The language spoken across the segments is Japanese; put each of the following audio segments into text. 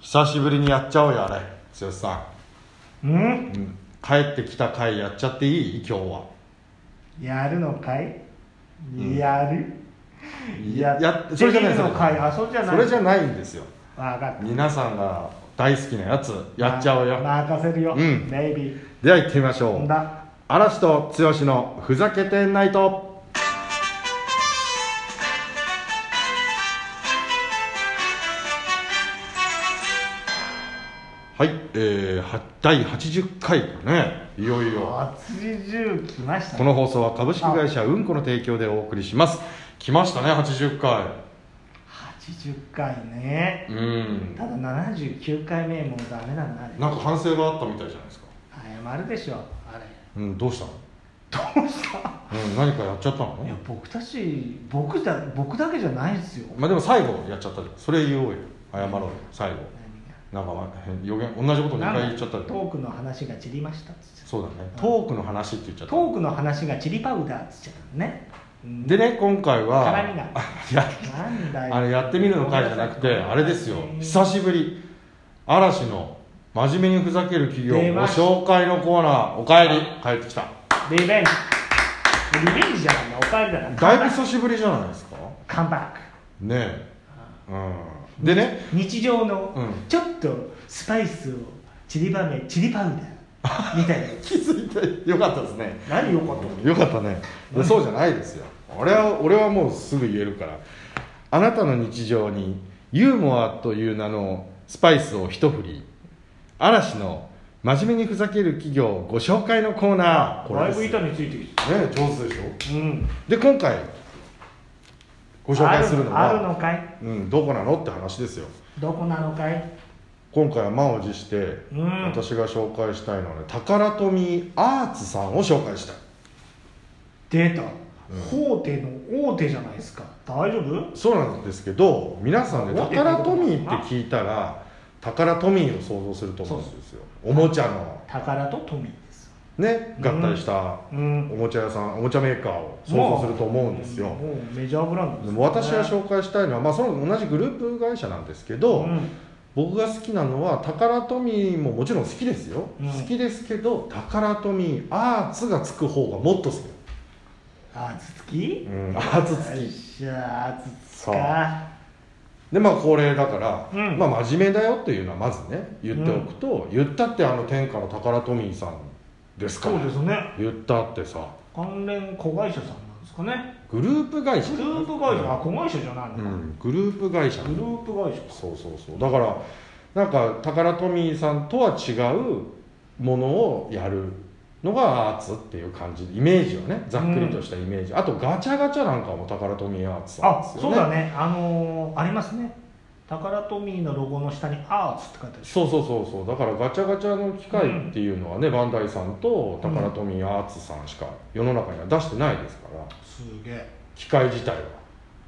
久しぶりにやっちゃおうよあれ剛さうんん、うん、帰ってきた回やっちゃっていい今日はやるのかい、うんやるやそれじゃないできるのかいあそれじゃないそれじゃないんですよ分かっ皆さんが大好きなやつたやっちゃおうよ、ま任せるよ、うんベイビーでは行ってみましょんうだ嵐と剛のふざけてないとはい、えー、は第80回ねいよいよ80来ましたこねの放送は株式会社うんこの提供でお送りします来ましたね80回80回ねうんただ79回目もうダメなんだねなんか反省があったみたいじゃないですか謝るでしょあれうんどうしたのどうした、うん、何かやっちゃったのいや僕たち僕だ僕だけじゃないですよまあでも最後やっちゃったじゃんそれ言おうよ謝ろうよ最後何なんかまあ変予言同じこと2が回言っちゃったなんりかトークの話が散りましたっつっそうだねうんトークの話って言っちゃたっトークの話が散りパウダーっつっちゃったのねうんたでね今回は絡みがいやなんだよあれやってみるの回じゃなくてあれですよ久しぶり嵐の真面目にふざける企業出ごました紹介のコーナーおかえり帰ってきたリベンジリベンジじゃないのおかえりだなだいぶ久しぶりじゃないですかカムバックねえうんでね日常のうんちょっとスパイスを散りばめ散りパウダーみたいな気づいてよかったですね 何よかったのよかったねでそうじゃないですよ俺は俺はもうすぐ言えるからあなたの日常にユーモアという名のスパイスを一振り嵐の真面目にふざける企業ご紹介のコーナーこれだいですぶね板についてき上手でしょたうんで今回ご紹介するのはあるあるのかいうん、どこなのって話ですよどこなのかい今回は満を持して、うん私が紹介したいのはね宝富アーツさんを紹介したい出たん法廷の大手じゃないですか大丈夫そうなんですけど皆さんねあタカラトミーって聞いたらタカラトミーを想像すると思うんですよおもちゃの宝と富ですねうん合体したうんおもちゃ屋さんおもちゃメーカーを想像すると思うんですよもうメジャーブランドでですも私が紹介したいのは、まあ、その同じグループ会社なんですけど、うん僕が好きなのはタカラトミーももちろん好きですよ、うん好きですけどタカラトミーアーツがつく方がもっと好き、あつつきうん、アーツよ付っきしゃあつつかでまあこれだから、うんまあ真面目だよっていうのはまずね言っておくと、言ったってあの天下の宝トミーさんですかそうらですね言ったってさ関連子会社さんなんですかねグループ会社グループ会社あ子会社じゃないのうかん、グループ会社グループ会社そうそうそうだからなんか宝トミーさんとは違うものをやるのがアーツっていう感じイメージをねざっくりとしたイメージ、あとガチャガチャなんかも宝トミーアーツさんあですよねそうだねあのーありますね宝トミーのロゴの下に「アーツ」って書いてあるそうそうそうそうだからガチャガチャの機械っていうのはね、バンダイさんとタカラトミーアーツさんしか世の中には出してないですからすげえ機械自体は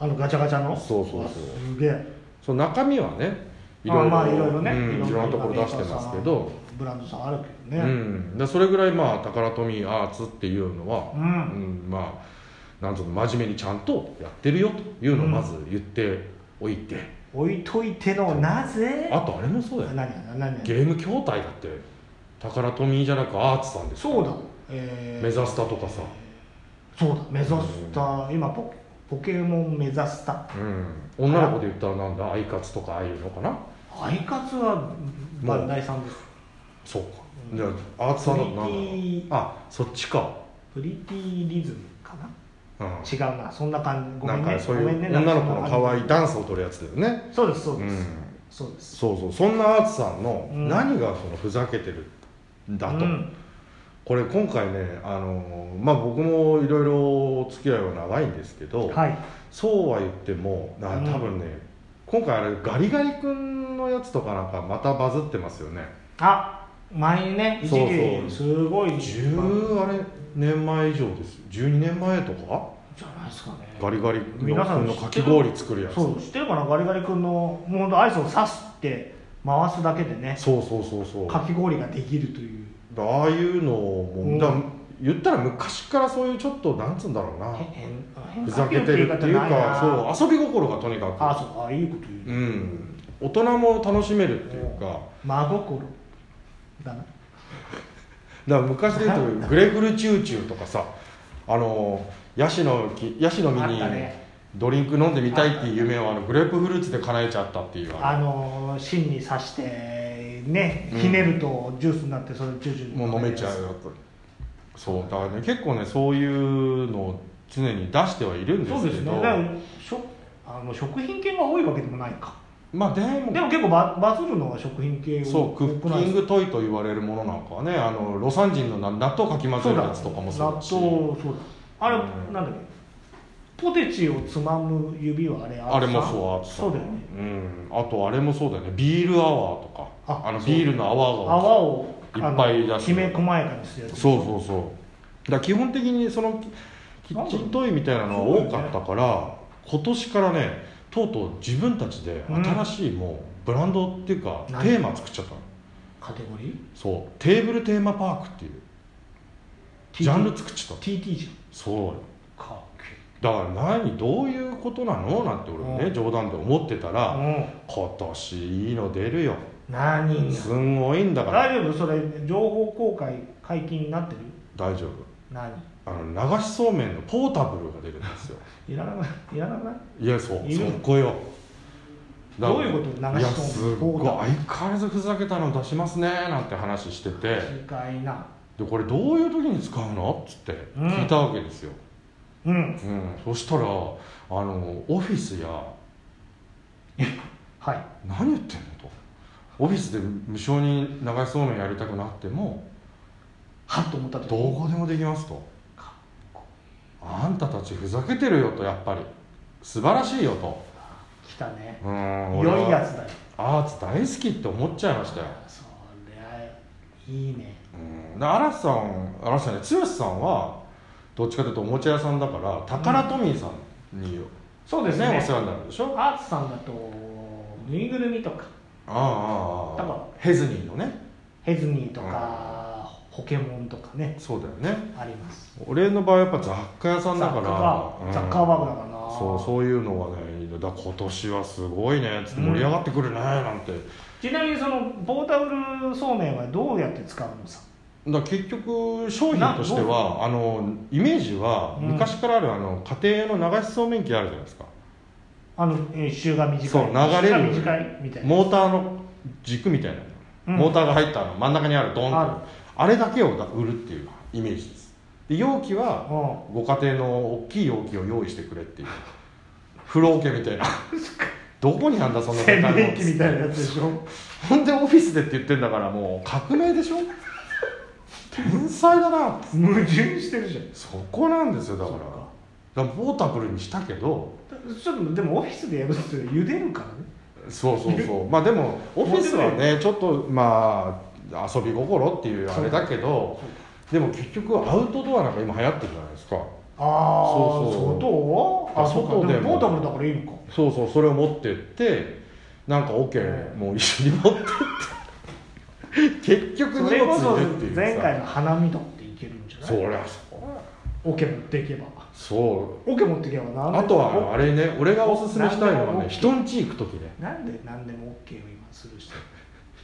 あのガチャガチャのそうそうそうわすげえその中身はねいあろいろまあいろいろねうんいろんなところ出してますけど、ブランドさんあるけうどねん、でそれぐらいまあタカラトミーアーツっていうのは、ううんんまあなんつうの真面目にちゃんとやってるよというのをまず言っておいて、置いといてのなぜあとあれもそうだよ何何何ゲーム筐体だってタカラトミーじゃなくアーツさんですからそうだえー目指したとかさ、そうだ目指した今ポポケモン目指したうん、女の子で言ったらなんだアイカツとかああいうのかなアイカツはバンダイさんですそうかうんじゃあアーツさんだとなんだろうプリティあそっちか、プリティリズムかなう違うなそんな感じん、ごめなんんねかそういごめんねう女の子の可愛いだダンスを取るやつだよねそうですそううでんす、そうですそうそうそんなアーツさんのうん何がそのふざけてるんだと、うんこれ今回ねあのまあ僕もいろいろお付き合いは長いんですけど、はいそうは言ってもなうん多分ね、今回あれガリガリ君のやつとかなんかまたバズってますよねあ前にね一そうそう時すごい10あれ年前以上です12年前とかじゃないですかねガリガリの皆さんのかき氷作るやつそそう知ってるかなガリガリ君のもうほんとアイスを刺すって回すだけでねうそうそうそうかき氷ができるというああいうのも、うんだ言ったら昔からそういうちょっとなんつうんだろうな変ふざけてるっていうかそう遊び心がとにかあそうあいいこと言くうう、ん大人も楽しめるっていうか真心だなだから昔で言うとグレグルチューチューとかさあのヤシの木ヤシの実あっにたねドリンク飲んでみたいっていう夢をあのグレープフルーツで叶えちゃったっていうあのー芯に刺してねひねるとジュースになってそれジュジュもう飲めちゃうよよとそうだからね結構ねそういうのを常に出してはいるんでそうすけですねどだからしょあの食品系が多いわけでもないかまあででもも結構ババズるのは食品系そうクッキングトイと言われるものなんかはねあの魯山人のな納豆かき混ぜそうるだやつとかもそうだ納豆しそうだあれ、うんなんだっけポテチをつまむ指はあれあれもそうあったそうだよねうん、あとあれもそうだよねビールアワーとかああのそうビールの泡が泡をいっぱい出すあのきめ細やかにするやつそうそうそうだから基本的にそのキキッチントイみたいなのは多かったから、今年からねとうとう自分たちで新しいもうブランドっていうか、何テーマ作っちゃったのカテゴリーそうテーブルテーマパークっていう TT ジャンル作っちゃったの TT じそうよゃんかっだから何どういうことなのなんて俺もね、うん冗談で思ってたら、けえ今年いいの出るようん何すんごいんだから大丈夫それ情報公開解禁になってる大丈夫何あの流しそうめんのポータブルが出るんですよいらなくないいらなくないいやそういそるこよだどういうこと流しそうめんいやすっごいポータブ相変わらずふざけたの出しますねなんて話してて近いなでこれどういう時に使うのっつってうん聞いたわけですよ、うんうんそしたらあのオフィスやはい何言ってんのとオフィスで無償に流しそうめんやりたくなってもはっと思った時どにこでもできますとあんたたちふざけてるよとやっぱり素晴らしいよと来たねうん俺は良いやつだよアーツ大好きって思っちゃいましたよそりゃいいねうんで嵐さん嵐さんね剛さんはどっちかというとおもちゃ屋さんだから宝トミーさんに、そうですねお世話になるでしょアーツさんだとぬいぐるみとかああああ多あ分ヘズニーのねヘズニーとか、ポケモンとかねそうだよねあります俺の場合はやっぱ雑貨屋さんだから雑貨かうん雑貨バーグだからなそうそういうのはねいいのだから今年はすごいねつって盛り上がってくるねなんて、ちなみにそのポータブルそうめんはどうやって使うのさだから結局商品としてはあのイメージはうん昔からあるあの家庭用の流しそうめん機あるじゃないですか、あの、えー、週が短いそう流れる週が短いみたいなモーターの軸みたいな、うんモーターが入ったあの真ん中にあるドンとああるれだけをだ売るっていうイメージですで容器はうご家庭の大きい容器を用意してくれっていう風呂桶みたいなどこにあんだそんんな洗の面器みたいなやつで しょほんでオフィスでって言ってんだからもう革命でしょ天才だな矛盾してるじゃんそこなんですよだかそらうかだからポータブルにしたけどちょっとでもオフィスでやるって茹でるからねそうそうそう まあでもオフィスはねちょっとまあ遊び心っていうあれだけどでも結局アウトドアなんか今流行ってるじゃないですかああそうそう外あそう外かででももポータブルだからいいのかそうそうそれを持ってってなんかオ、ケうんもう一緒に持ってって結局そ荷れ物こそ入れっていうさ前回の花見だっていけるんじゃないそりゃそうオケ持っていけばそうオケ持っていけば何でもあとはあれね俺がおすすめしたいのはなんでねも人んち行く時ねなんで何でも OK を今する人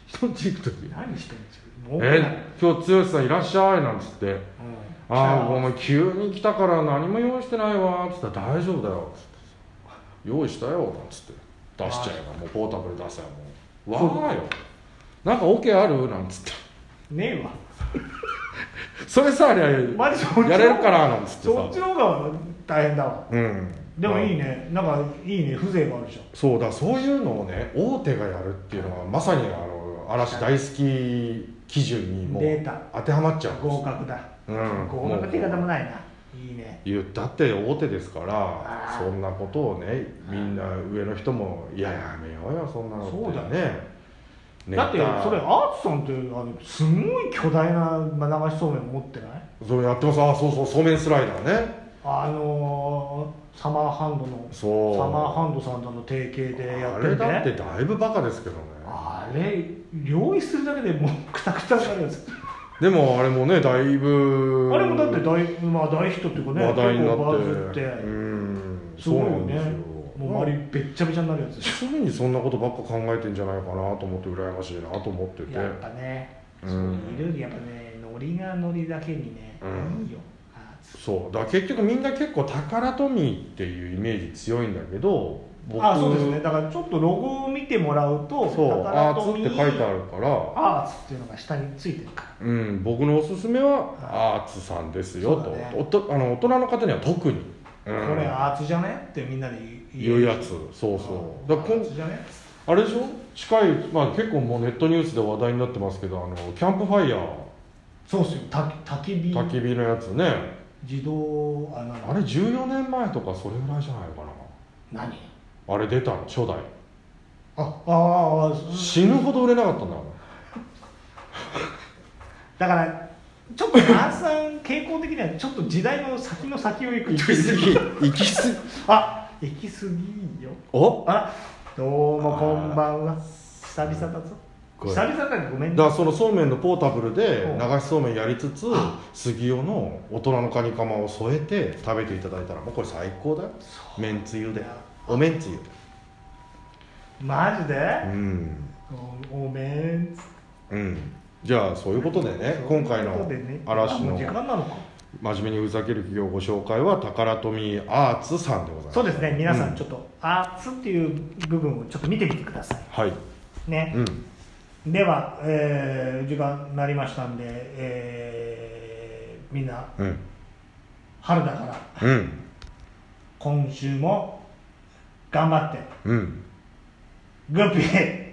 人んち行く時何してんですよ「もうえ今日剛さんいらっしゃい」なんつってうん「ああお前急に来たから何も用意してないわ」っつったら「大丈夫だよ」っつって「用意したよ」なんつって出しちゃえばもうポータブル出せばもう「わあよなんかオ、ケある?」なんつってねえわ「それさありゃやマジそっちのれるから」なんつってそさっちの方が大変だわうんでもいいねねなんかいいね風情があるじゃんそうだそういうのをね大手がやるっていうのはまさにあの嵐大好き基準にもうデータ当てはまっちゃうんです合格だ、うん合格って言い方もうもないないいね言ったって大手ですからあーそんなことをねみんな上の人も「いややめようよそんなの」そうだよねネだタってそれアーツさんってあのすごい巨大なまあ流しそうめん持ってないそれやってますあそうそうそうめんスライダーねあのーサマーハンドのそうサマーハンドさんとの提携でやあってれるだってねだいぶバカですけどねあれ用意するだけでもうクタクタになるやつでもあれもねだいぶあれもだって大,、まあ、大ヒットっていうかね話題になって結構バズって、うんすごいよねそうなんですよもう周りべっちゃべちゃになるやつでし常にそんなことばっか考えてんじゃないかなと思って羨ましいなと思ってょてやっぱねうそんういるよりやっぱねノリがノリだけにねうんいいよあーそうだから結局みんな結構宝トミーっていうイメージ強いんだけど僕あそうですねだからちょっとロゴを見てもらうとそうアー宝富ツって書いてあるからアーツっていうのが下についてるからうん、僕のおすすめはアーツさんですよそうだねとおとあの大人の方には特に、うんこれアーツじゃねってみんなで言言うやつそうそうだだからこアんーツじゃねあれでしょ近い、まあ、結構もうネットニュースで話題になってますけどあのキャンプファイヤーそうっすよた焚き火焚き火のやつね自動あなあれ14年前とかそれぐらいじゃないかな何あれ出たの初代あああそ死ぬほど売れなかったんだもんだからちょっとアーツさん傾向的にはちょっと時代の先の先を行く行き過ぎ行き過ぎあ行き過ぎよおあどうもこんばんは久々だぞこれ久々だねごめだんねからそのそうめんのポータブルでうん流しそうめんやりつつ杉尾の大人のカニカマを添えて食べていただいたらもうこれ最高だよめんつゆでおめんつゆマジでうんごめんうんじゃあそういうことでね今回の嵐あもうの時間なのか真面目にふざける企業ご紹介は宝富アーツさんでございますそうですね皆さんちょっっと、アーツっていう部分をちょっと見てみてくださとはいいねう、んでは、えー時間になりましたんで、えーみんなうん春だからうん今週も頑張ってうんグッピー